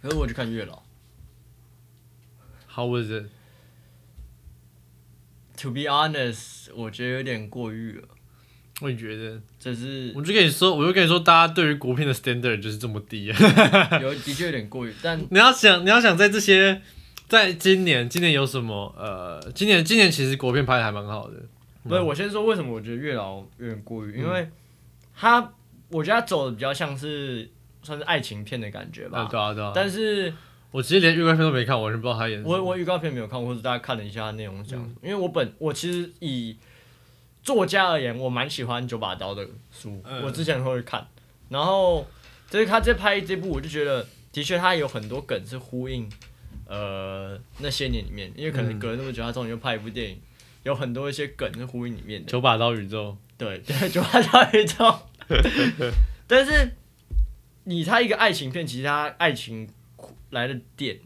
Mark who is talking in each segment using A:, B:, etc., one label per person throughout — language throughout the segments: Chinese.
A: 可是我只看月老。
B: How was it？
A: To be honest，我觉得有点过誉了，
B: 我也觉得，
A: 这是
B: 我就跟你说，我就跟你说，大家对于国片的 standard 就是这么低啊。
A: 有的确有点过誉，但
B: 你要想，你要想在这些，在今年，今年有什么？呃，今年今年其实国片拍的还蛮好的。
A: 不是，我先说为什么我觉得月老有点过
B: 嗯
A: 于，因为他我觉得他走的比较像是算是爱情片的感觉
B: 啊，
A: 吧。
B: 对啊，对啊。
A: 但是
B: 我其实连预告片都没看，我完全不知道他演什么。嗯
A: 我我预告片没有看，或者大家看了一下它内容讲什么，因为我本我其实以作家而言，我蛮喜欢九把刀的书，
B: 嗯
A: 我之前会看，然后就是他在拍这部，我就觉得的确他有很多梗是呼应呃那些年里面，因为可能
B: 嗯
A: 隔了那么久，他终于又拍一部电影，有很多一些梗是呼应里面的。
B: 九把刀宇宙，
A: 对 对，九把刀宇宙。 但是你他一个爱情片，其实他爱情来的点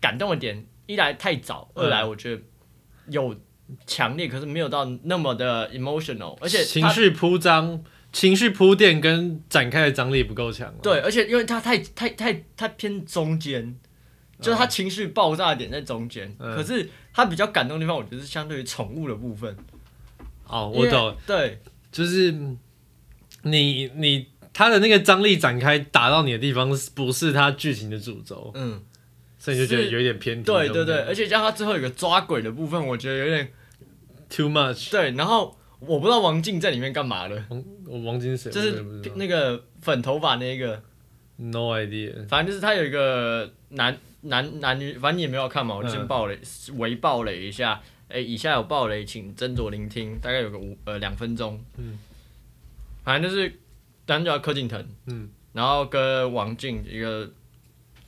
A: 感动的点，一来太早，
B: 嗯
A: 二来我觉得有强烈，可是没有到那么的 emotional，而且
B: 情
A: 他
B: 绪铺张、情绪铺垫跟展开的张力不够强、啊。
A: 对，而且因为他太太太太偏中间。就是他情绪爆炸的点在中间，
B: 嗯
A: 可是他比较感动的地方，我觉得是相对于宠物的部分。
B: 哦，我懂，。
A: 对
B: 就是嗯你你他的那个张力展开打到你的地方，不是他剧情的主轴，
A: 嗯，
B: 所以你就觉得
A: 是
B: 有一点偏题。
A: 对对
B: 不
A: 对，而且加上他最后有个抓鬼的部分，我觉得有点
B: ，too much。
A: 对，然后我不知道王静在里面干嘛了，
B: 王我王金谁？
A: 就
B: 我
A: 是
B: 也不知道
A: 那个粉头发那一个，
B: no idea。
A: 反正就是他有一个男男男女，反正你也没有看嘛，我先
B: 嗯
A: 爆雷，微爆雷一下。哎、以下有爆雷，请斟酌聆听，大概有个五呃两分钟。
B: 嗯，
A: 反正就是男主角柯敬腾，
B: 嗯，
A: 然后跟王静一个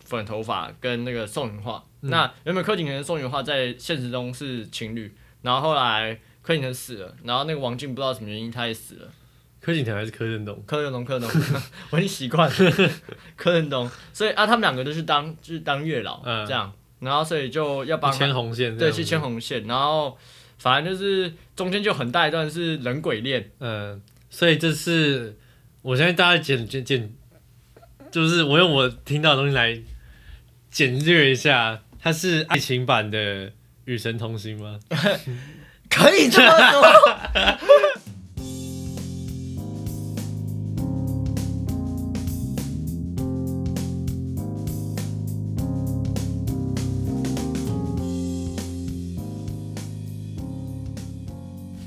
A: 粉头发跟那个宋云桦。
B: 嗯
A: 那原本柯景腾跟宋云桦在现实中是情侣，然后后来柯景腾死了，然后那个王静不知道什么原因他也死了。
B: 柯景腾还是柯震东？
A: 柯震东，柯震东， 我已经习惯了 柯震东，所以啊，他们两个都是当就是当月老、
B: 嗯
A: 这样，然后所以就要帮他
B: 牵红线这
A: 啊对
B: 样子。
A: 去牵红线，然后反正就是中间就很大一段是人鬼恋，
B: 嗯，所以这是我相信大家简简简，就是我用我听到的东西来简略一下，它是爱情版的《与神同行》吗？
A: 可以这么说。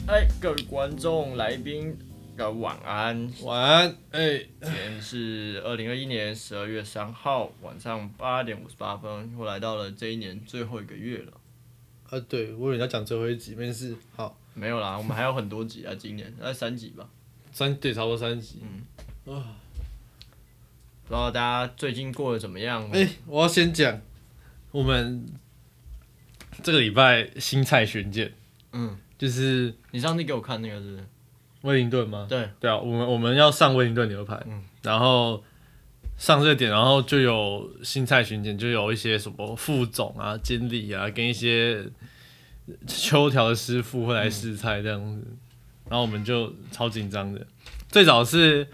A: 哎，各位观众、来宾，呃，晚安。
B: 晚安，哎、
A: 今天是二零二一年十二月三号晚上八点五十八分，又来到了这一年最后一个月了。
B: 啊，对我以为你要讲最后一集，没事，好，
A: 没有啦，我们还有很多集啊，今年那三集吧。
B: 三对，差不多三集。
A: 不知道大家最近过得怎么样？
B: 哎、我要先讲，我们这个礼拜新菜巡检
A: 嗯，
B: 就是
A: 你上次给我看那个是不是？
B: 威灵顿吗？
A: 对，
B: 对啊，我们我们要上威灵顿牛排，
A: 嗯
B: 然后上这个点，然后就有新菜巡检，就有一些什么副总啊、经理啊，跟一些秋条的师傅会来试菜这样子，然后我们就超紧张的。最早是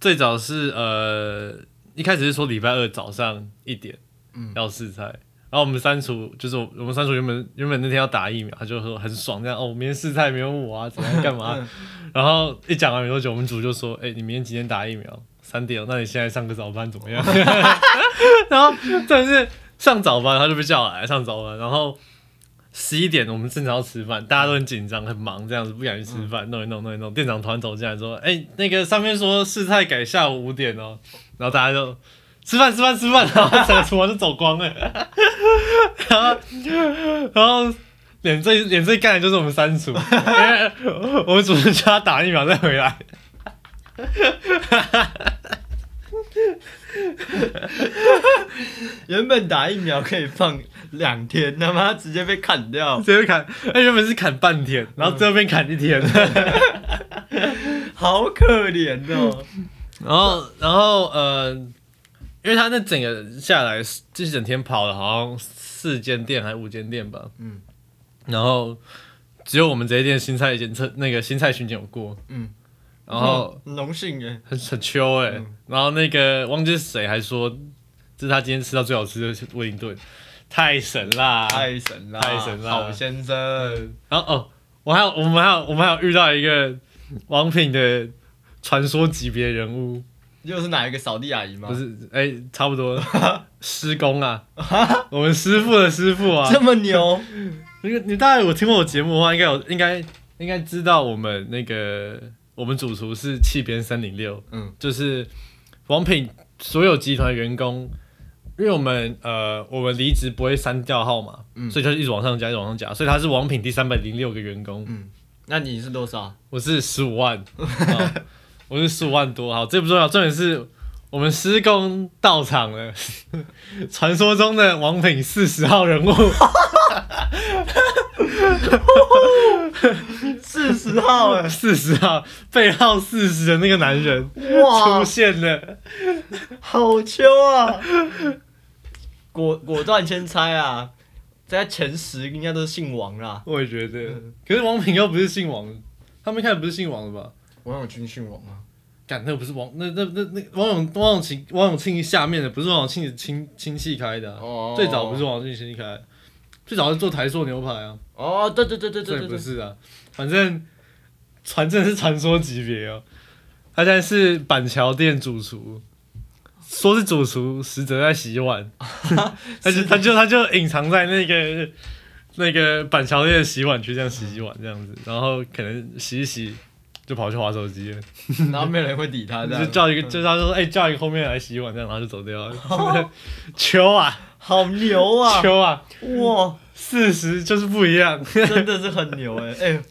B: 最早是呃，一开始是说礼拜二早上一点
A: 嗯
B: 要试菜。然后我们删除，就是我我们删除原本原本那天要打疫苗，他就说很爽这样哦，我明天试菜没有我啊，怎么样干嘛？然后一讲完没多久，我们组就说：“哎、你明天几点打疫苗？三点哦。那你现在上个早班怎么样？” 然后真的是上早班，他就被叫来上早班。然后十一点我们正常要吃饭，大家都很紧张、很忙，这样子不敢去吃饭，弄一弄、弄一弄。店长突然走进来说：“哎、那个上面说试菜改下午五点哦。”然后大家就吃饭、吃饭、吃饭，然后整个厨房就走光了。 然后，然后脸最脸最干的就是我们三组，因为 我们组叫他打疫苗再回来。
A: 原本打疫苗可以放两天，他妈直接被砍掉，
B: 直接砍，哎，原本是砍半天，然
A: 嗯
B: 后最后变砍 一天，
A: 好可怜哦。
B: 然后然后呃，因为他那整个下来，就是整天跑了好像四间店还五间店吧，
A: 嗯，
B: 然后只有我们这一店新菜检测那个新菜巡检有过，
A: 嗯，
B: 然后
A: 嗯荣幸耶，
B: 很很秋哎、
A: 嗯
B: 然后那个忘记是谁还说。这是他今天吃到最好吃的威灵顿，太神啦！
C: 太神啦，
B: 太神啦
C: 好先生，
B: 然后哦，我还有我们还有我们还有遇到一个王品的传说级别人物，
A: 又是哪一个扫地阿姨吗
B: 不？是哎、差不多 师公啊，我们师傅的师傅啊，
A: 这么牛，
B: 你你大概有听过我节目的话，应该有应该应该知道我们那个我们主厨是气边三零六，
C: 嗯，
B: 就是王品所有集团员工，因为我们呃我们离职不会删掉号码，
C: 嗯
B: 所以就是一直往上加，一直往上加，所以他是王品第三百零六个员工，
A: 那你是多少？
B: 我是十五万，啊 我是十五万多，好，这不重要，重点是我们施工到场了， 传说中的王品四十号人物。
A: 四十号哎，
B: 四十号背号四十的那个男人出
A: 哇，
B: 现了，
A: 好秋啊！果果断先猜啊，在前十应该都是姓王啦。
B: 我也觉得。可是王品又不是姓王，他们一开始不是姓王的吧？
C: 王永军姓王啊，
B: 干，那个不是王，那那那那王永王永庆王永庆下面的不是王永庆的亲亲戚开的啊、
C: 哦
B: 最早不是王永庆亲戚开的，最早是做台塑牛排啊，
A: 哦，对对对对
B: 这
A: 对对
B: 也不
A: 对，
B: 是啊，反正传真的是传说级别哦。他现在是板桥店主厨，说是主厨，实则在洗 碗。他就他就他就隐藏在那个那个板桥店的洗碗区，这样洗洗碗这样子，然后可能洗一洗就跑去划手机了，
C: 然后没有人会理他，这
A: 啊
B: 就
C: 样
B: 叫一
A: 嗯
B: 个就他说哎、叫一个后面来洗碗这样，然后就走 掉了。 秋啊
A: 好牛 啊！
B: 秋啊，
A: 哇，
B: 事实就是不一样。
A: 真的是很牛哎 哎，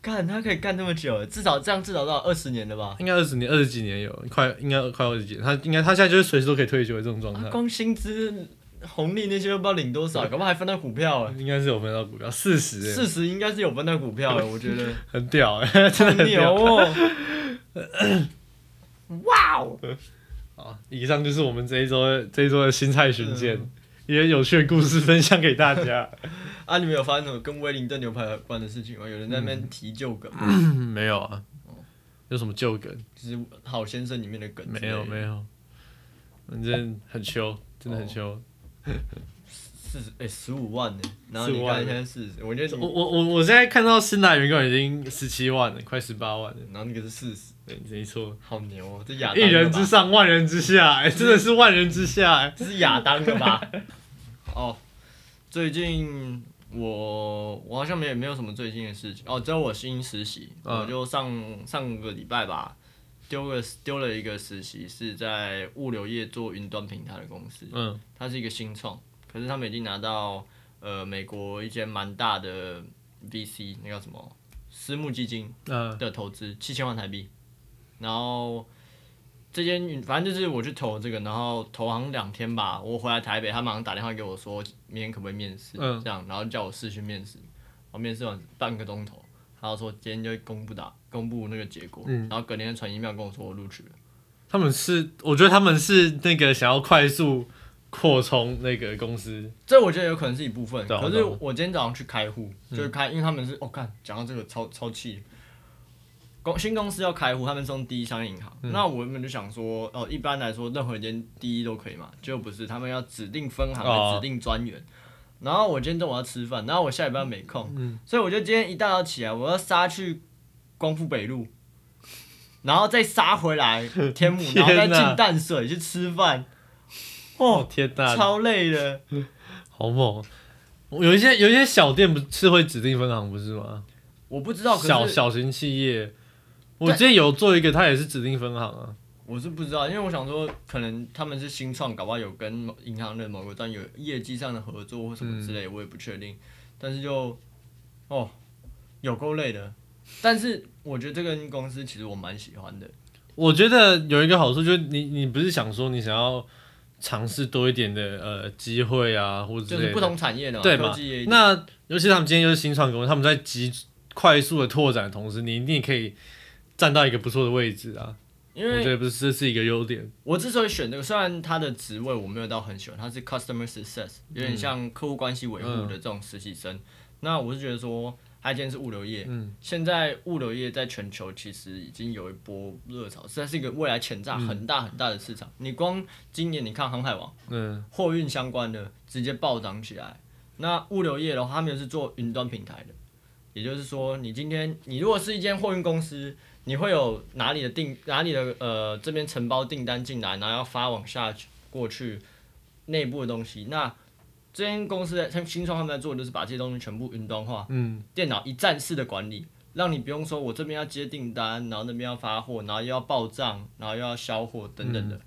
A: 干他可以干那么久，欸至少这样至少到二十年了吧？
B: 应该二十年、二十几年有，快应该快二十几年。他应该他现在就是随时都可以退休的这种状态
A: 啊，光薪资、红利那些都不知道领多少，搞不好还分到股票哎。
B: 应该是有分到股票四十，
A: 事实应该是有分到股票的，我觉得
B: 很屌、 欸，真 的
A: 很
B: 很
A: 牛
B: 屌。
A: 哦！哇哦，
B: 好，以上就是我们这一周的这一周的新菜巡见，
A: 嗯
B: 一些有趣的故事分享给大 家。
A: 啊，你们有发生什么跟威灵顿牛排有关的事情吗？有人在那边提旧梗吗，
B: 嗯没有啊，有什么旧梗？
A: 就是《好先生》里面的梗之类的。
B: 没有没有，反正很秋，真的很
A: 哦
B: 秋。
A: 四十哎十五万呢，然后你
B: 15万
A: 看现在四十，我觉得
B: 我
A: 你，
B: 我我我现在看到新来的员工已经十七万了，快十八万了。
A: 然后那个是四十，
B: 对，没错，
A: 好牛哦，这亚
B: 一
A: 当的吧
B: 人之上，万人之下，哎、真的是万人之下、哎。
A: 这是亚当的吧？ 哦，最近我我好像没有没有什么最近的事情哦，只有我新实习，
B: 嗯
A: 我就上上个礼拜吧，丢个丢了一个实习，是在物流业做云端平台的公司，
B: 嗯。
A: 它是一个新创，可是他们已经拿到呃美国一间蛮大的 VC 那叫什么私募基金，
B: 嗯
A: 的投资，七千万台币。然后这间反正就是我去投这个，然后投行两天吧，我回来台北，他马上打电话给我说明天可不可以面试，
B: 嗯
A: 这样，然后叫我试去面试。我面试完半个钟头，然后说今天就公布打公布那个结果，
B: 嗯
A: 然后隔天传 email 跟我说我录取了。，
B: 他们是，我觉得他们是那个想要快速扩充那个公司，
A: 这我觉得有可能是一部分，
B: 懂
A: 可是
B: 啊懂嗯
A: 我今天早上去开户，就是开，因为他们是，我、哦、看讲到这个超超气，公新公司要开户，他们是用第一商业银行，
B: 嗯
A: 那我原本就想说，哦，一般来说任何一间第一都可以嘛，就不是，他们要指定分行、
B: 哦
A: 指定专员。然后我今天中午要吃饭，然后我下礼拜没空，
B: 嗯
A: 所以我就今天一大早起来，我要杀去光复北路，然后再杀回来天母，然后再
B: 天哪
A: 进淡水去吃饭，
B: 哦天哪，
A: 超累的。
B: 好猛！有一些有一些小店不是会指定分行不是吗？
A: 我不知道，可是
B: 小小型企业，我
A: 对
B: 之前有做一个，它也是指定分行啊。
A: 我是不知道，因为我想说，可能他们是新创，搞不好有跟某银行的某个端有业绩上的合作或什么之
B: 嗯
A: 类，我也不确定。但是就，哦，有够累的。但是我觉得这间公司其实我蛮喜欢的，
B: 我觉得有一个好处就是你你不是想说你想要尝试多一点的呃机会啊，或者之
A: 就
B: 类
A: 是
B: 的
A: 不同产业的嘛，
B: 对
A: 科
B: 嘛
A: 技业。
B: 那尤其是他们今天又是新创公司，他们在急快速的拓展的同时，你一定可以站到一个不错的位置啊。
A: 因
B: 我觉
A: 为
B: 得不是，这是一个优点。
A: 我之所以选这个，虽然它的职位我没有到很喜欢，它是 customer success，有点像客户关系维护的这种实习生。那我是觉得说，他今天是物流业，
B: 嗯
A: 现在物流业在全球其实已经有一波热潮，这是一个未来潜在很大很大的市场。你光今年你看航海王
B: 嗯
A: 货运相关的直接暴涨起来，那物流业的话，他们又是做云端平台的，也就是说，你今天你如果是一间货运公司，你会有哪里的订哪里的呃这边承包订单进来，然后要发往下去过去内部的东西，那这间公司在他们新创他们在做的就是把这些东西全部云端化，
B: 嗯
A: 电脑一站式的管理，让你不用说我这边要接订单，然后那边要发货，然后又要报账，然后又要销货等等的。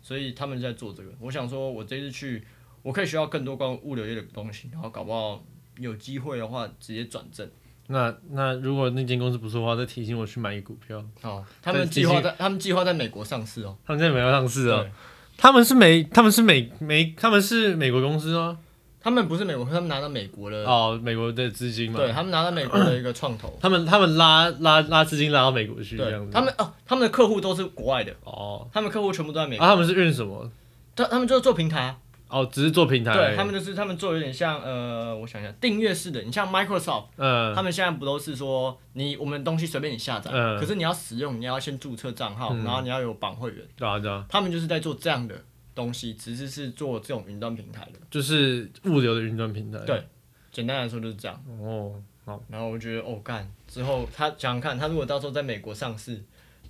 A: 所以他们在做这个。我想说，我这次去，我可以学到更多关于物流业的东西，然后搞不好有机会的话直接转正。
B: 那那如果那间公司不错的话，再提醒我去买一股票。
A: 哦，他们计划在他们计划在美国上市哦。
B: 他们现在没有上市啊
A: 对？
B: 他们是美，他们是美美，他们是美国公司吗？
A: 他们不是美国，他们拿到美国的，
B: 哦，美国的资金嘛。。
A: 对他们拿到美国的一个创投
B: 他们他们拉拉拉资金拉到美国去这样
A: 对，
B: 子。
A: 他们哦，他们的客户都是国外的，
B: 哦，
A: 他们客户全部都在美国。
B: 啊，他们是运什么？
A: 他他们就是做平台啊，
B: 哦，只是做平台而已。
A: 对他们就是他们做有点像呃，我想想，订阅式的，你像 Microsoft。
B: 嗯，
A: 他们现在不都是说你我们东西随便你下载，
B: 嗯
A: 可是你要使用，你要先注册账号，
B: 嗯
A: 然后你要有绑会员。
B: 对啊对啊，
A: 他们就是在做这样的东西，只是是做这种云端平台的。
B: 就是物流的云端平台。
A: 对简单来说就是这样。
B: 哦，好，
A: 然后我觉得哦干，之后他想想看，他如果到时候在美国上市，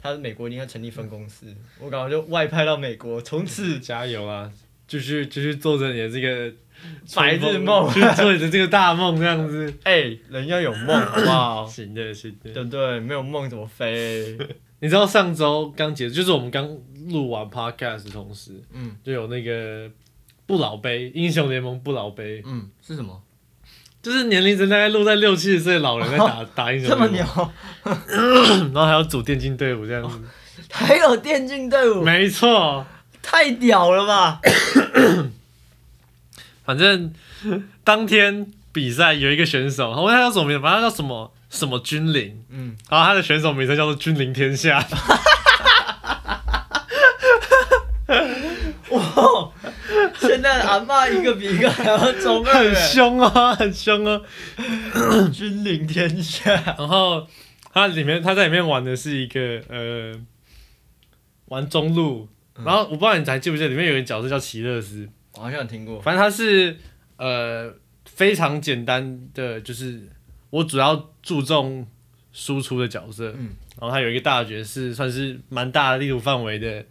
A: 他美国一定要成立分公司，我感觉就外派到美国，从 此
B: 加油啊！继续继续做着你的这个
A: 白日梦
B: 去 做你的这个大梦，这样子。
A: 哎、人要有 梦好不好？
B: 行的，行的。
A: 对不对？没有梦怎么飞？
B: 你知道上周刚结束，就是我们刚录完 podcast 的同时，
A: 嗯，
B: 就有那个不老杯英雄联盟不老杯，
A: 嗯，是什么？
B: 就是年龄层大概落在六七十岁的老人 在打、打英雄
A: 这么
B: 联
A: 牛
B: 盟，，嗯然后还要组电竞队伍这样子，
A: 哦还有电竞队伍，
B: 没错。
A: 太屌了吧！
B: 反正当天比赛有一个选手，我忘记他叫什么名字，反正他叫什么什么君临，
A: 嗯，
B: 然后他的选手名称叫做君临天下。
A: 现在的阿嬷一个比一个还要中
B: 很
A: 二欸，
B: 凶啊，很凶啊。
A: 君临天下。
B: 然后他里面他在里面玩的是一个呃，玩中路。然后我不知道你还记不记得里面有一个角色叫奇勒斯，
A: 我好像有听过，
B: 反正他是呃非常简单的，就是我主要注重输出的角色。
A: 嗯
B: 然后他有一个大绝是算是蛮大的地图范围的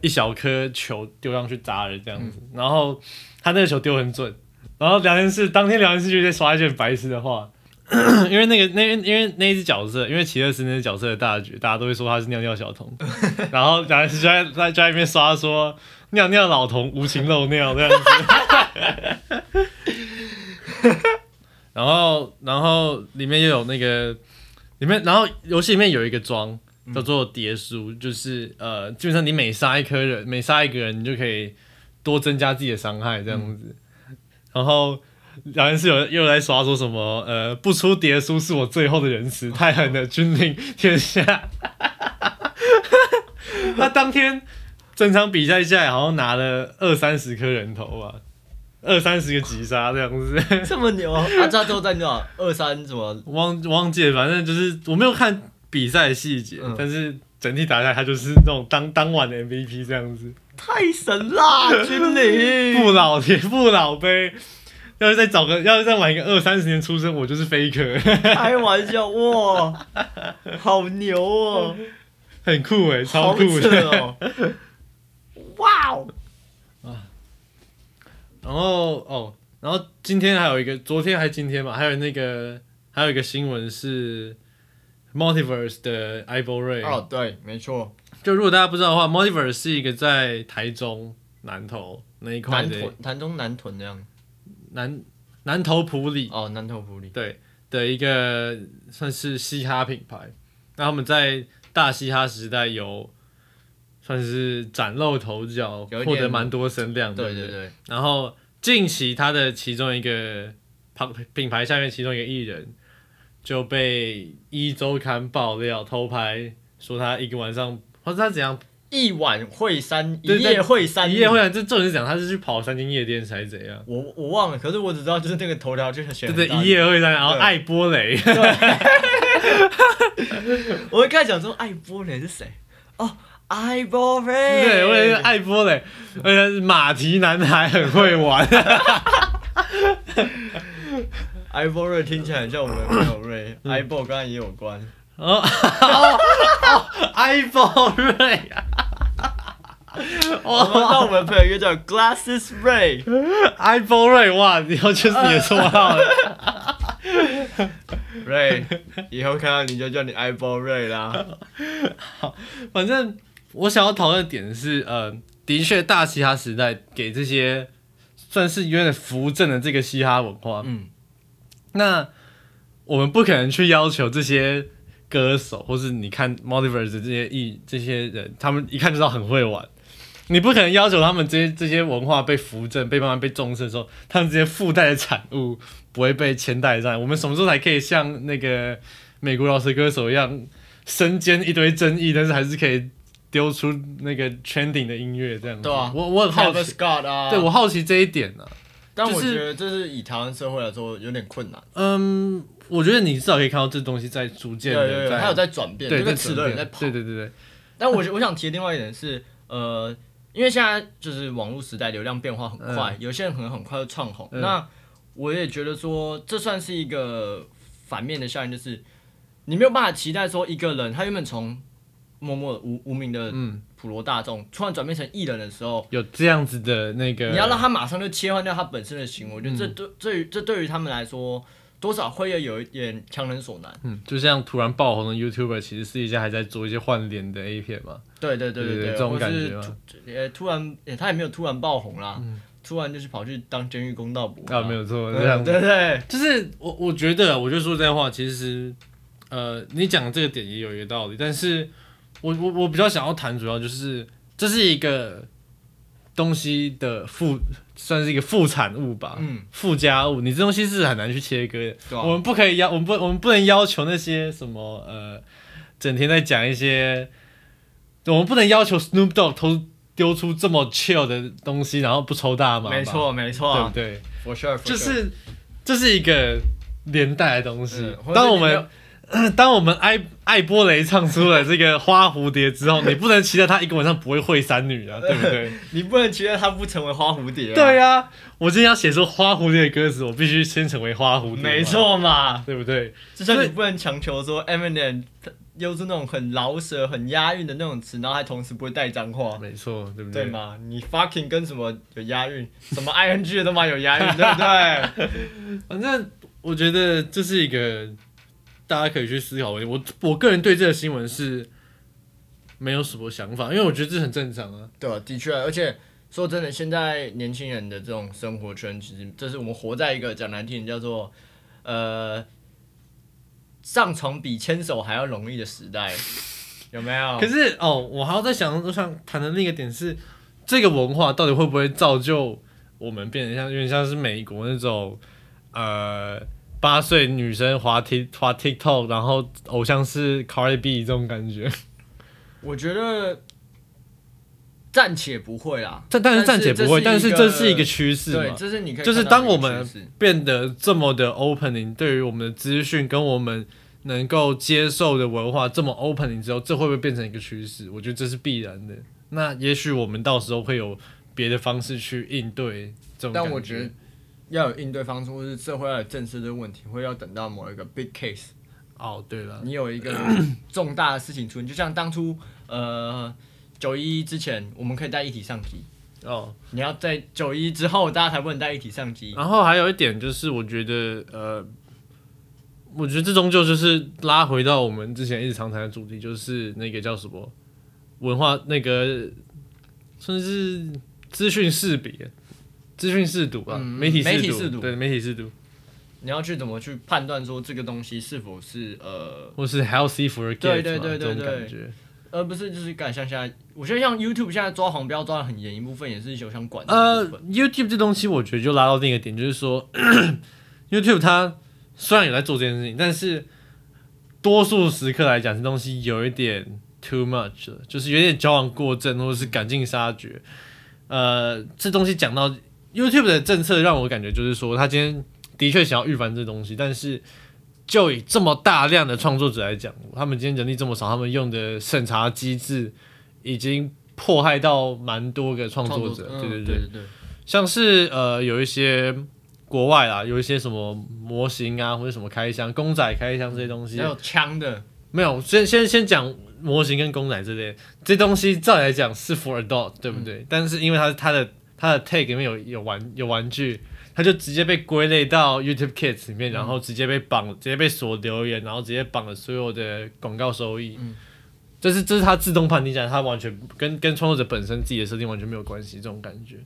B: 一小颗球丢上去砸人这样子，然后他那个球丢很准。然后聊天室当天聊天室就在刷一些很白痴的话， 因为那个那因为那一只角色，因为奇乐斯那只角色的大绝，大家都会说他是尿尿小童，然后聊天室就在在就在那边刷说尿尿老童无情漏尿这样子。然后，然后里面又有那个，里面，然后游戏里面有一个装叫做叠书，就是呃，基本上你每杀一颗人，每杀一个人，你就可以多增加自己的伤害这样子。然后聊天室有又在刷说什么呃，不出叠书是我最后的仁慈，太狠了，君临天下。 他当天整场比赛下来，好像拿了二三十颗人头吧，二三十个击杀这样子。
A: 这么牛啊！他最后战多少？二三什么？
B: 忘忘记了，反正就是我没有看比赛细节，
A: 嗯
B: 但是整体打下来，他就是那种当当晚的 MVP 这样子，
A: 太神啦！君临，
B: 不老铁 不老杯。要是再找个，要是再晚一个二三十年出生，我就是 faker，
A: 开玩笑 哇，好牛哦，
B: 很酷诶，超
A: 好
B: 酷欸
A: 扯
B: 的。
A: 哦！哇哦，
B: 然后哦，然后今天还有一个，昨天还今天嘛，还有那个还有一个新闻是 Multiverse 的 i v o r a y
A: 哦对，没错，
B: 就如果大家不知道的话，Multiverse 是一个在台中南投那一块
A: 南
B: 的
A: 屯潭中南屯那样，
B: 南南投普里
A: 哦南投埔里，
B: 对的一个算是嘻哈品牌，那他们在大嘻哈时代有算是崭露头角，
A: 有一点
B: 获得蛮多声量的。
A: 对
B: 不
A: 对对，
B: 然后近期他的其中一个品品牌下面其中一个艺人就被一周刊爆料偷拍，说他一个晚上，或者他怎样
A: 一晚会三，一
B: 对
A: 夜
B: 但
A: 会三，
B: 一夜会啊，这重点是讲他是去跑三间夜店才是怎样？
A: 我我忘了，可是我只知道就是那个头条就是选很
B: 对对，
A: 大的
B: 一夜会三，然后
A: 对
B: 爱波雷，
A: 我一开始想说艾波雷是谁？哦，艾波雷，
B: 对，我也是爱波雷，而且他是马蹄男孩很会玩，
A: 艾波瑞听起来很像我们的朋友瑞，
B: 嗯
A: 艾波跟他也有关。
B: 哦，爱波雷啊，哦
A: 我们那我们朋友约叫 Glasses Ray，
B: 爱波雷，哇，以后就是你的绰号了。
A: 瑞，以后看到你就叫你艾波瑞啦。
B: 反正我想要讨论的点是，呃，的确大嘻哈时代给这些算是有点扶正的这个嘻哈文化，
A: 嗯，
B: 那我们不可能去要求这些歌手，或是你看 Multiverse 这些艺这些人，他们一看就知道很会玩。你不可能要求他们这些这些文化被扶正、被慢慢被重视的时候，他们这些附带的产物不会被牵带上来。我们什么时候才可以像那个美国饶舌歌手一样，身兼一堆争议，但是还是可以丢出那个 trending 的音乐这样子？
A: 对啊
B: 我我很好
A: Travis
B: 奇，
A: Scott 啊，
B: 对我，好奇这一点呢、啊。
A: 但
B: 就
A: 我
B: 是
A: 觉得这是以台湾社会来说有点困难。
B: 嗯，我觉得你至少可以看到这东西在逐渐
A: 对
B: 的
A: 对对，还有在转变，
B: 对
A: 这个
B: 在
A: 齿
B: 转
A: 轮也
B: 变
A: 在跑。
B: 对对对对，
A: 但我我想提的另外一点是，呃，因为现在就是网络时代，流量变化很快，有些人可能很快就窜红。
B: 嗯
A: 那我也觉得说，这算是一个反面的效应，就是你没有办法期待说一个人他原本从默默无无名的
B: 嗯，
A: 普罗大众，突然转变成艺人的时候。
B: 有这样子的那个，
A: 你要让他马上就切换掉他本身的行为，我觉得
B: 嗯
A: 这对这于这对于他们来说，多少会有一点强人所难。
B: 嗯，就像突然爆红的 YouTuber，其实私底下还在做一些换脸的 A 片嘛，
A: 对对对
B: 对
A: 对，
B: 这种
A: 或
B: 感
A: 是
B: 觉嘛，
A: 呃，突然、欸他也没有突然爆红啦，突然就是跑去当监狱公道伯
B: 啊，没有错，这
A: 对
B: 样子，
A: 对对，
B: 就是我我觉得，我就说这话，其实，呃，你讲这个点也有一个道理，但是我我我比较想要谈，主要就是这是一个东西的附，算是一个副产物吧，
A: 嗯，
B: 附加物，你这东西是很难去切割的。
A: 对啊
B: 我们不可以要，我们不，我们不能要求那些什么呃，整天在讲一些，我们不能要求 Snoop Dogg 偷丢出这么 chill 的东西，然后不抽大麻，
A: 没，错没错
B: 对不
A: 啊，
B: 对？
A: for sure，for
B: 就
A: sure
B: 是这是一个连带的东西
A: 嗯或。者
B: 当我
A: 你没
B: 们
A: 有
B: 当我们艾艾波雷唱出了这个花蝴蝶之 后，你不能期待他一个晚上不会会三女啊，对不对？
A: 你不能期待他不成为花蝴蝶、啊，
B: 对呀、我今天要写出花蝴蝶的歌词，我必须先成为花蝴蝶。
A: 没，错嘛，
B: 对不对？
A: 就像
B: 所
A: 你
B: 以
A: 不能强求说 Eminem 他又是那种很饶舌、很押韵的那种词，然后还同时不会带脏话。
B: 没错，对不
A: 对？嘛？你 fucking 跟什么有押韵，什么 ing 的都嘛有押韵，对不对？
B: 反正我觉得这是一个大家可以去思考的问题。我我个人对这个新闻是没有什么想法，因为我觉得这很正常啊。
A: 对啊，的确，而且说真的，现在年轻人的这种生活圈，其实这是我们活在一个讲难听点叫做呃上床比牵手还要容易的时代，有没有？
B: 可是哦，我还要在想，我想谈的另一个点是，这个文化到底会不会造就我们变得像有点像是美国那种呃八岁女生滑 Tik 滑 TikTok，然后偶像是 Cardi B 这种感觉？
A: 我觉得暂且不会啦，
B: 但但是暂且不会，但是这是一个趋势
A: 对，
B: 嘛，
A: 这是你可以
B: 就是
A: 看到
B: 当
A: 的一
B: 我
A: 个
B: 们
A: 趋势
B: 变得这么的 opening，对于我们的资讯跟我们能够接受的文化这么 opening 之后，这会不会变成一个趋势？我觉得这是必然的。那也许我们到时候会有别的方式去应对这种感，
A: 但我觉得要有应对方式，或是社会要有正视这个问题，会要等到某一个 big case。
B: 哦，对了，
A: 你有一 个重大的事情出现，就像当初呃九一之前，我们可以带一体相机，
B: 哦，
A: 你要在九一之后，大家才不能带一体相机。
B: 然后还有一点就是，我觉得呃，我觉得这终究就是拉回到我们之前一直常谈的主题，就是那个叫什么文化，那个算是资讯识别、资讯识读吧，
A: 嗯
B: 媒体
A: 媒体
B: 读，
A: 识读
B: 对媒体识读，
A: 你要去怎么去判断说这个东西是否是呃，
B: 或是 healthy for kids
A: 对对
B: 嘛
A: 对对
B: 这种感
A: 对
B: 觉。
A: 而不是就是敢像现在，我觉得像 YouTube 现在抓黄标抓的很严，一部分也是有想管的
B: 呃
A: 部分。
B: ，YouTube 这东西，我觉得就拉到另一个点，就是说 YouTube 它虽然有在做这件事情，但是多数时刻来讲，这东西有一点 too much 了，就是有点矫枉过正或者是赶尽杀绝。呃，这东西讲到 YouTube 的政策，让我感觉就是说，他今天的确想要预防这东西，但是就以这么大量的创作者来讲，他们今天人力这么少，他们用的审查机制已经迫害到蛮多个创作者，嗯对对
A: 嗯对
B: 对。
A: 对对，
B: 像是呃有一些国外啦，有一些什么模型啊，或者什么开箱、公仔开箱这些东西
A: 还，有枪的，
B: 没有，先先先讲模型跟公仔之类，这东西照理来讲是 for adult，对不对？但是因为它它的它的 tag 里面有有玩有玩具，它就直接被归类到 YouTube Kids 里面，然后直接被绑，直接被锁留言，然后直接绑了所有的广告收益。这是这是它自动判定下来，它完全跟跟创作者本身自己的设定完全没有关系，这种感觉。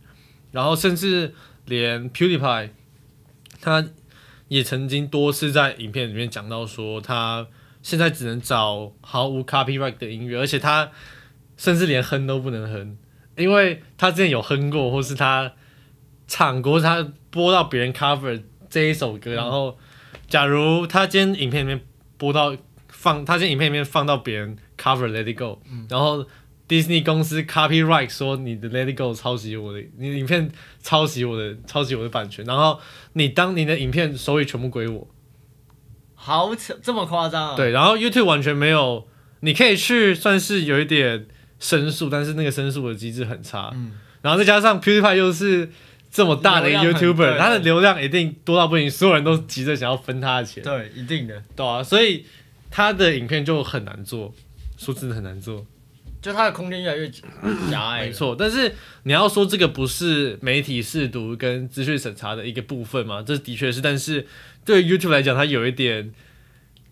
B: 然后甚至连 PewDiePie，他也曾经多次在影片里面讲到说，他现在只能找毫无 copyright 的音乐，而且他甚至连哼都不能哼，因为他之前有哼过，或是他唱过，或是他播到别人 cover 这一首歌，然后假如他今天影片里面播到放，他今天影片里面放到别人 cover Let It Go，、然后 Disney 公司 copyright 说你的 Let It Go 抄袭我的，你的影片抄袭我的，抄袭我的版权，然后你当你的影片收益全部归我，
A: 好扯，这么夸张啊？，
B: 对，然后 YouTube 完全没有，你可以去算是有一点申诉，但是那个申诉的机制很差，然后再加上 PewDiePie 又是这么大的一个
A: 嗯流量很
B: YouTuber，
A: 对
B: 他的流量一定多到不行，所有人都急着想要分他的钱，
A: 对，一定的，
B: 对啊，所以他的影片就很难做，说真的很难做。
A: 就它的空间越来越狭隘
B: 没
A: 了。
B: 错，但是你要说这个不是媒体试读跟资讯审查的一个部分嘛？这的确是，但是对于 YouTube 来讲，它有一点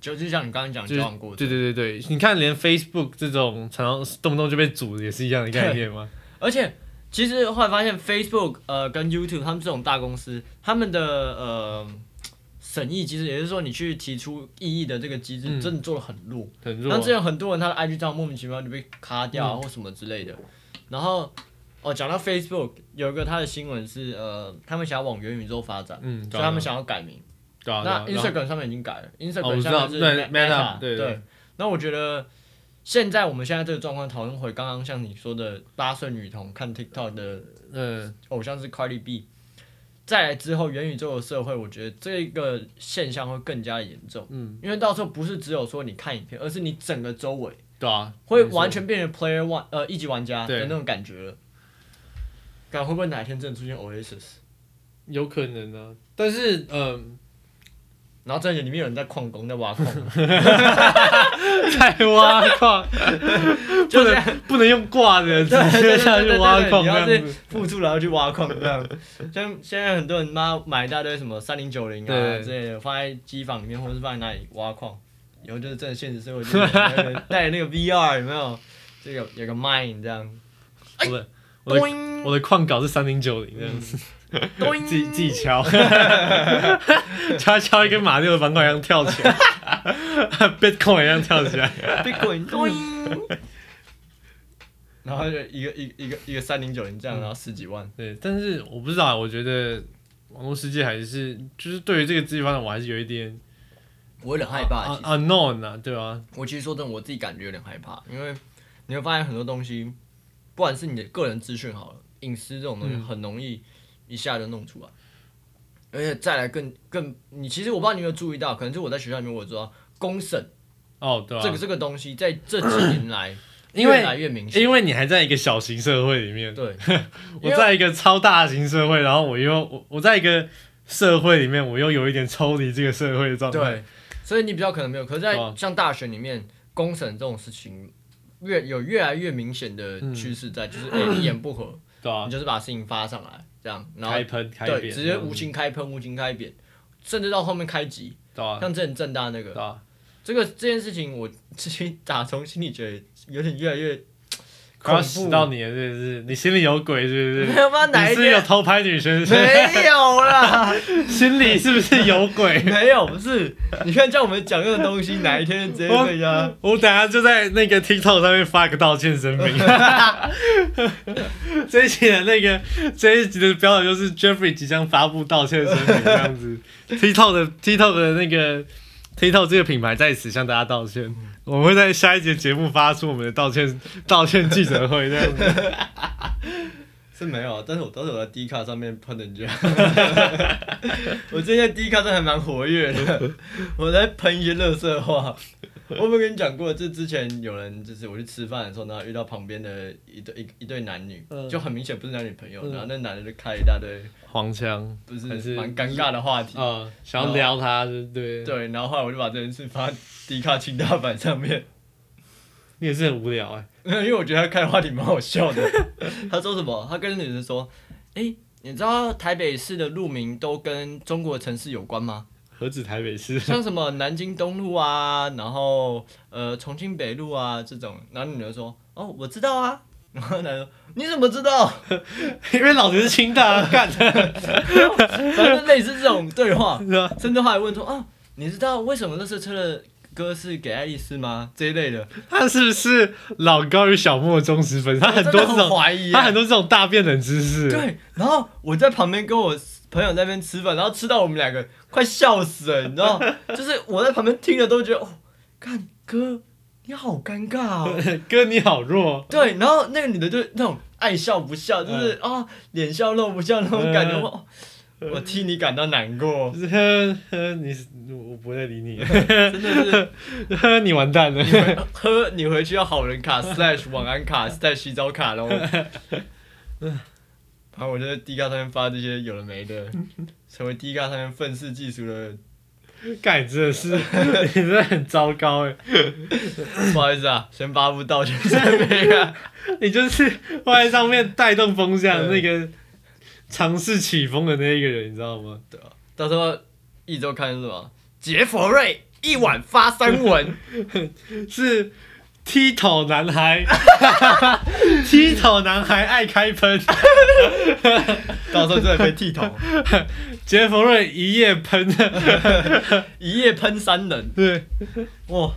A: 就就像你刚刚讲
B: 就是
A: 交往过
B: 对
A: 程，
B: 对对对，你看连 Facebook 这种常常动不动就被组也是一样的概 念吗？
A: 而且其实后来发现 Facebook 呃跟 YouTube 他们这种大公司，他们的呃审议机制，也就是说你去提出异议的这个机制，
B: 嗯
A: 真的做的很弱。
B: 很弱啊嗯
A: 那之前很多人他的 IG 账号莫名其妙就被卡掉啊或什么之类的。然后哦，讲到 Facebook 有一个他的新闻是呃，他们想要往元宇宙发展，
B: 嗯
A: 所以他们想要改名。
B: 对啊，
A: 那
B: 对啊然后
A: Instagram 上面已经改了
B: 哦
A: ，Instagram
B: 我知
A: 上
B: 道
A: 面是
B: 对 Meta，对
A: 对
B: 对。
A: 那我觉得现在我们现在这个状况，讨论回刚刚像你说的八岁女童看 TikTok 的
B: 嗯
A: 偶像是 Cardi B，再来之后元宇宙的社会，我觉得这个现象会更加严重，
B: 嗯，
A: 因为到时候不是只有说你看影片，而是你整个周围
B: 对啊，
A: 会
B: 没错
A: 完全变成 Player One 呃一级玩家
B: 对
A: 的那种感觉了。感会不会哪一天真的出现 Oasis，
B: 有可能啊，但是 嗯，
A: 然后在里面有人在矿工在挖 矿，
B: 太挖 矿，
A: 就
B: 不
A: 是
B: 能不能用挂的，直
A: 对
B: 接
A: 对
B: 下
A: 对
B: 去
A: 对
B: 挖
A: 对
B: 矿
A: 你
B: 这
A: 要
B: 样
A: 是
B: 子。
A: 付出然后去挖矿这样。像现在很多人妈买一大堆什么三零九零啊
B: 对
A: 之类的，放在机房里面或者是放在哪里挖矿，以后就是真的现实社会就是有那个带那个 VR 有没有？这个有个 Mind 这样，
B: 我的我的
A: 哎咚嗯
B: 我的矿稿是三零九零这样子。
A: 咚，
B: 自己自己敲，敲敲一跟马六的板块一样跳起来 ，Bitcoin 一样跳起来。
A: Bitcoin 咚，然后就一个一个一个一个三零九零这样，然后十几万，
B: 对，但是我不知道，我觉得网络世界还是就是对于这个资讯发展，我还是有一点
A: 我有点害
B: 啊 unknown 啊，对吧？
A: 我其实说真的，我自己感觉有点害怕，因为你会发现很多东西，不管是你的个人资讯好了，隐私这种东西
B: 嗯
A: 很容易一下就弄出来，而且再来更更，你其实我不知道你有没有注意到，可能就我在学校里面我知道公审
B: 哦，对啊，
A: 这个这个东西在这几年来
B: 因为
A: 越来越明显，
B: 因为你还在一个小型社会里面，
A: 对
B: 我在一个超大型社会，然后我又我我在一个社会里面，我又有一点抽离这个社会的状态。
A: 对， 所以你比较可能没有，可是
B: 对
A: 在
B: 啊
A: 像大学里面公审这种事情。越有越来越明显的趋势在， 就是哎、一言不合，
B: 对啊
A: 你，就是把事情发上来，这样，然后
B: 开喷开
A: 对，
B: 扁
A: 直接无情开喷、无情开扁，甚至到后面开级，
B: 对啊，
A: 像之前正大那
B: 对
A: 个，
B: 啊，
A: 这个这件事情我自己打从心里觉得有点越来 越
B: 快要
A: 恐
B: 死
A: 怖
B: 到，你了，是不是？你心里有鬼，是不是
A: 没？有吗？ 哪
B: 你
A: 一
B: 是有
A: 天啊
B: 偷拍 女生，是不是
A: 没有啦，
B: 心里是不是有鬼？
A: 没有，不是，你看像我们讲这种东西，哪一天直接被人家，
B: 我等下就在那个 TikTok 上面发个道歉声明。 这一集的那个这一集的标题就是 Jeffrey 即将发布道歉声明这样子。TikTok 的 TikTok 的那个 TikTok 这个品牌在此向大家道歉，我们会在下一节节目发出我们的道歉道歉记者会这样子。
A: 是没有，啊但是我当时我在 D 卡上面喷人家， 我最近在 D 卡上还蛮活跃的， 我在喷一些乐色话。我有没有跟你讲过，就之前有人就是我去吃饭的时候，然后遇到旁边的一对一一对男女，
B: 嗯
A: 就很明显不是男女朋友，
B: 嗯
A: 然后那男的就开一大堆
B: 黄腔
A: 不是
B: 还是
A: 蛮尴尬的话题，
B: 啊，想要撩他，对不对？
A: 对，然后后来我就把这件事发 D 卡清大版上面，
B: 你也是很无聊哎、
A: 因为我觉得他开的话题蛮好笑的。 他说什么？他跟女生说：“哎、你知道台北市的路名都跟中国城市有关吗？”
B: 何止台北市？
A: 像什么南京东路啊，然后呃重庆北路啊这种，然后女的说哦我知道啊， 然后男的说你怎么知道？
B: 因为老子是清大啊干的，
A: 反正类似这种对话，
B: 是吧
A: 甚至后来问说啊你知道为什么那色车的歌是给爱丽丝吗？这一类的，
B: 他是不是老高与小莫的忠实粉丝？他很多
A: 真的
B: 这种，
A: 怀疑、
B: 他
A: 啊，
B: 很多这种大便冷知识。，
A: 对，然后我在旁边跟我朋友在那边吃饭，然后吃到我们两个快笑死了，你知道，就是我在旁边听了都觉得哦，看哥你好尴尬 哦。
B: 哥你好弱，
A: 对，然后那个女的就那种爱笑不笑，就是啊、脸笑肉不笑那种感觉，
B: 嗯
A: 我哦我替你感到难过
B: 就，是呵呵你是我不会再理你了，
A: 真的是
B: 呵你完蛋了。
A: 喝你回去要好人卡 slash 晚安卡 slash 洗澡卡 喽。然后我就在 D 卡上面发这些有的没的，成为 D 卡上面愤世嫉俗的，
B: 干你真的是，你真的很糟糕哎！
A: 不好意思啊，先发布道歉声明啊。
B: 你就是会在上面带动风向
A: 对
B: 那个尝试起风的那一个人，你知道吗？
A: 到时候一周看是什么？杰佛瑞一晚发三文，
B: 是剃头男孩， 剃头男孩爱开喷，
A: 到时候真的被剃头，
B: 杰弗瑞一夜喷，
A: 一夜喷三人。
B: 对，
A: 哇，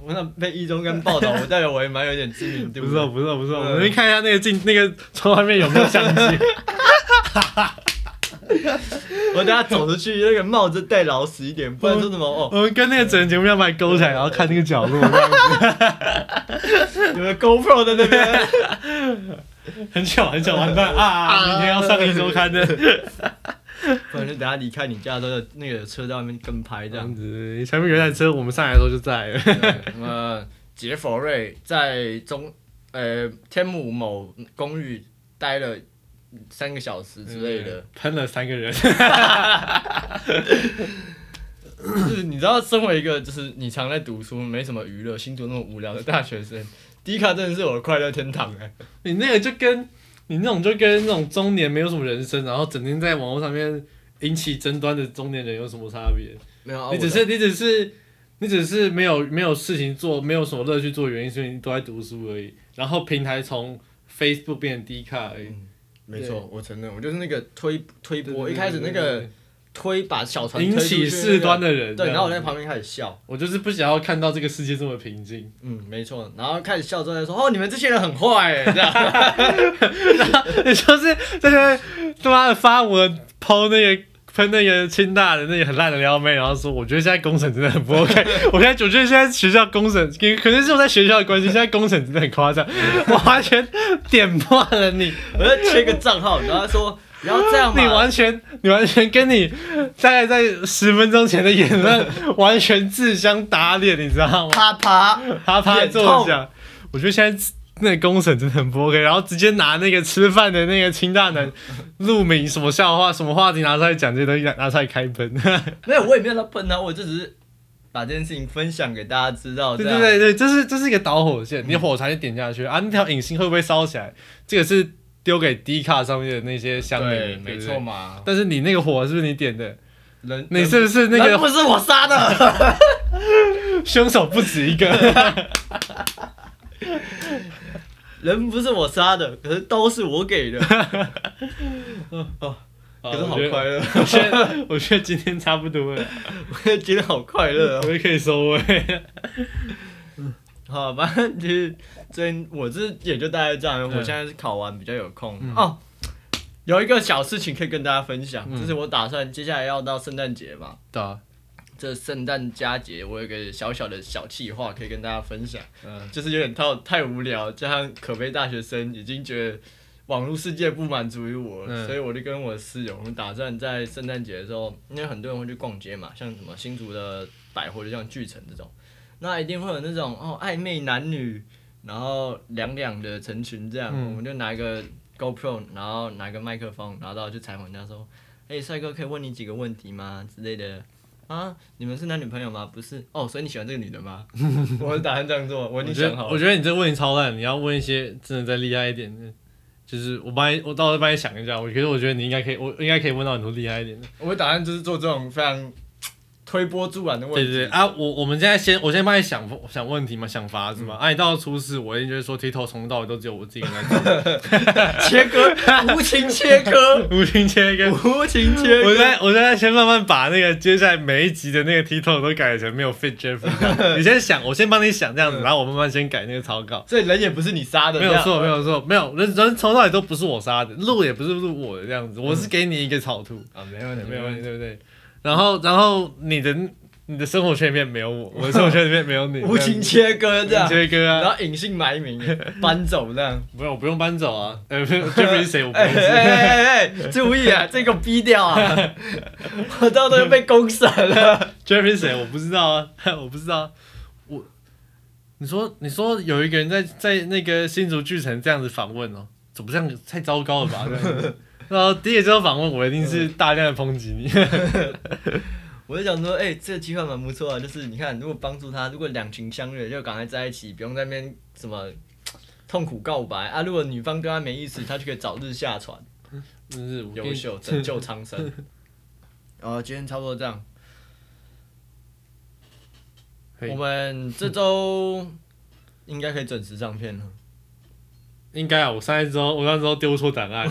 A: 我那被一中跟报道，我代表我也蛮有点知名度
B: 不
A: 的。
B: 错不错不错，
A: 嗯
B: 我们看一下那个镜那个窗外面有没有相机，
A: 我等下走出去，那个帽子戴老实一点，不然说什么哦，
B: 我们跟那个整个节目要把它勾起来，然后看那个角落，这样
A: 有个 GoPro 在那边。
B: 很巧很巧，完蛋啊！明天要上一周刊的，
A: 不然就等下离开你家的时候，那个车在外面跟拍这
B: 这
A: 样
B: 样。子，前面有一台车，我们上来的时候就在了，
A: 呃，杰佛瑞在中呃天母某公寓待了三个小时之类的。
B: 喷了三个人，
A: 就是你知道，身为一个就是你常在读书，没什么娱乐，新读那么无聊的大学生，迪卡真的是我的快乐天堂哎、
B: 你那个就跟你那种就跟那种中年没有什么人生，然后整天在网络上面引起争端的中年人有什么差别？
A: 没有啊，
B: 你只是你只是你只是没有没有事情做，没有什么乐趣做，原因所以你都在读书而已。然后平台从 Facebook 变成 D 卡而已。
A: 没错，我承认，我就是那个推推
B: 对
A: 波，
B: 对
A: 一开始那
B: 对
A: 个
B: 对
A: 推把小船
B: 对引
A: 推出去
B: 起事端的人，
A: 那个，对，
B: 这样
A: 然后我在旁边开始笑，
B: 我就是不想要看到这个世界这么平静。
A: 嗯，没错，然后开始笑之后再说，哦，你们这些人很坏欸，这样，
B: 你就是在那边他妈的发文抛那个。喷那个清大的那个很烂的撩妹，然后说我觉得现在工程真的很不 OK。我现 在我觉得现在学校工程，可能是我在学校的关系，现在工程真的很夸 张，我完全点破了你。
A: 我就切个账号，然后他说不要这样
B: 你
A: 嘛，
B: 完全，你完全跟你大概在十分钟前的言论完全自相打脸，你知道吗？
A: 啪啪，
B: 啪啪
A: 脸
B: 作
A: 痛
B: 响。我觉得现在那个公审真的很不 OK，然后直接拿那个吃饭的那个清 大男陆明什么笑话、什么话题拿出来讲，这些东西拿拿出来开喷。
A: 没有，我也没有在喷啊他，我就只是把这件事情分享给大家知道，
B: 对
A: 这样，
B: 对
A: 嗯
B: 对对，这是这是一个导火线，你火柴点下去啊，那条引信会不会烧起来？这个是丢给 D 卡上面的那些乡民，对不对
A: 没错。嘛，
B: 但是你那个火是不是你 点的？
A: 人
B: 你是不是那
A: 人
B: 个
A: 不是我杀的，
B: 凶手不止 一个？
A: 人不是我杀的，可是刀是我给的， 哦可是好快乐，
B: 我 觉得我觉得今天差不多了，
A: 我也觉得好快乐哦
B: 我。也可以收 尾。
A: 好，反正就是最近我这也就大概这样。
B: 嗯
A: 我现在是考完比较有空、哦。有一个小事情可以跟大家分享，
B: 嗯
A: 就是我打算接下来要到圣诞节嘛，
B: 对啊，
A: 这圣诞佳节我有个小小的小计划可以跟大家分享，
C: 嗯
A: 就是有点太太无聊，加上可悲大学生已经觉得网络世界不满足于我，
B: 嗯
A: 所以我就跟我室友，我们打算在圣诞节的时候，因为很多人会去逛街嘛，像什么新竹的百货，就像巨城这种，那一定会有那种哦暧昧男女，然后两两的成群这样，
B: 嗯
A: 我们就拿一个 GoPro，然后拿个麦克风，然后到去采访人家说，哎、帅哥可以问你几个问题吗之类的。啊，你们是男女朋友吗？不是哦，所以你喜欢这个女的吗？ 我是打算这样做，我已
B: 我
A: 经
B: 觉
A: 哦想
B: 得
A: 好了。
B: 我觉得你这问题超烂，你要问一些真的再厉害一点的。就是我帮你，我到时候帮你想一下。我觉得，我觉得你应该可以，我应该可以问到很多厉害一点的。
A: 我打算就是做这种非常推波助澜的问
B: 对
A: 题。
B: 对对 啊，我我们现在先，我先帮你想想问题嘛，想法子嘛。
A: 嗯
B: 啊，你到时候出事，我一定就是说剃头从头到尾都只有我自己一个人在
A: 啊切割，无情切割，
B: 做，无情切割。
A: 无情切
B: 我
A: 割。
B: 现在我现在先慢慢把那个接下来每一集的那个 T 头都改成没有 fit Jeffrey 这 样。你先想，我先帮你想
A: 嗯
B: 这样子，然后我慢慢先改那个草稿。
A: 所以人也不是你杀的，
B: 没有
A: 这样
B: 错，没。有错，没有人人从头到尾都不是我杀的，路也不是录我的这样子，我
A: 嗯
B: 是给你一个草图，
A: 啊，没问题，
B: 没有问
A: 题。
B: 题，对不对？然后然后你的你的生活圈里面没有我，我的生活圈里面没有你，
A: 无情切割这
B: 这样
A: 样
B: 子，，切割啊
A: 然，后隐姓埋 名搬走这样。
B: 没有，我不用搬走啊，呃，不是 Jeffrey 是谁我 不
A: 哎
B: 认识，
A: 哎哎哎，注意啊，这个逼掉 啊！我到时候被公审了。
B: Jeffrey 是谁？我不知道啊， 我不知道啊、我，你说你说有一个人在在那个新竹巨城这样子访问哦，怎么这样太糟糕了吧？这 样子然后第一个这种访问，我一定
A: 嗯
B: 是大量的抨击你。
A: 我就想说，哎，这个计划蛮不错啊，就是你看，如果帮助他，如果两情相悦，就赶快在一起，不用在那边什么痛苦告白啊。如果女方对他没意思，他就可以早日下船。
B: 真是我跟
A: 优
B: 你
A: 秀拯救苍 生。呃，今天差不多这样。
B: 嘿
A: 我们这周应该可以准时上 片了。
B: 应该啊，我上一周我那时候丢错档案，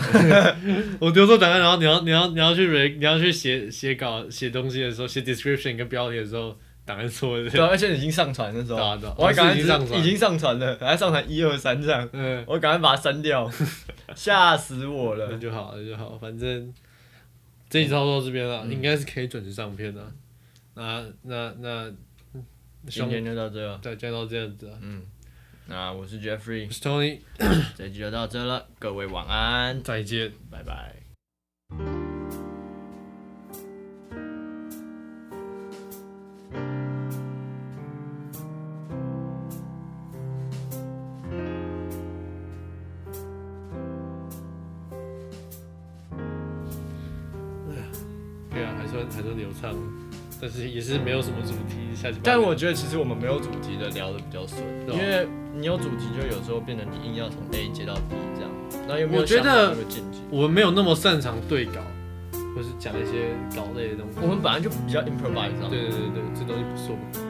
B: 我丢错档案，然后你要你要你要去 re, 你要去写写稿写东西的时候，写 description 跟标题的时候，档案错
A: 对
B: 的。
A: 啊，而且已经上传的时候
B: 对啊对啊，
A: 我还赶快
B: 是已经上传
A: 已经上传了，还上传一二三这 样，
B: 嗯，
A: 我赶快把它删掉，吓死我
B: 那
A: 了。
B: 就好，那就好，反正这一集操作这边了，
A: 嗯
B: 应该是可以准时上片的。那那那，希
A: 今
B: 望
A: 天就到这了，
B: 再见到这样子啊。
A: 嗯，那我是 Jeffrey，
B: 我是 Tony，
A: 这一集就到这了，各位晚安，
B: 再见。
A: 拜拜。
B: 对啊，还算还算流畅，但是也是没有什么主题，下集。
A: 但我觉得其实我们没有主题的聊的比较顺，
B: 对
A: 因
B: 啊
A: 为你有主题，就有时候变成你硬要从 A 接到 B 这样，然后又没有
B: 我觉
A: 想
B: 得
A: 好那个进去。
B: 我们没有那么擅长对稿，或是讲一些稿类的东西。
A: 我们本来就比较 improvise 啊。
B: 对对对对，这东西不是我们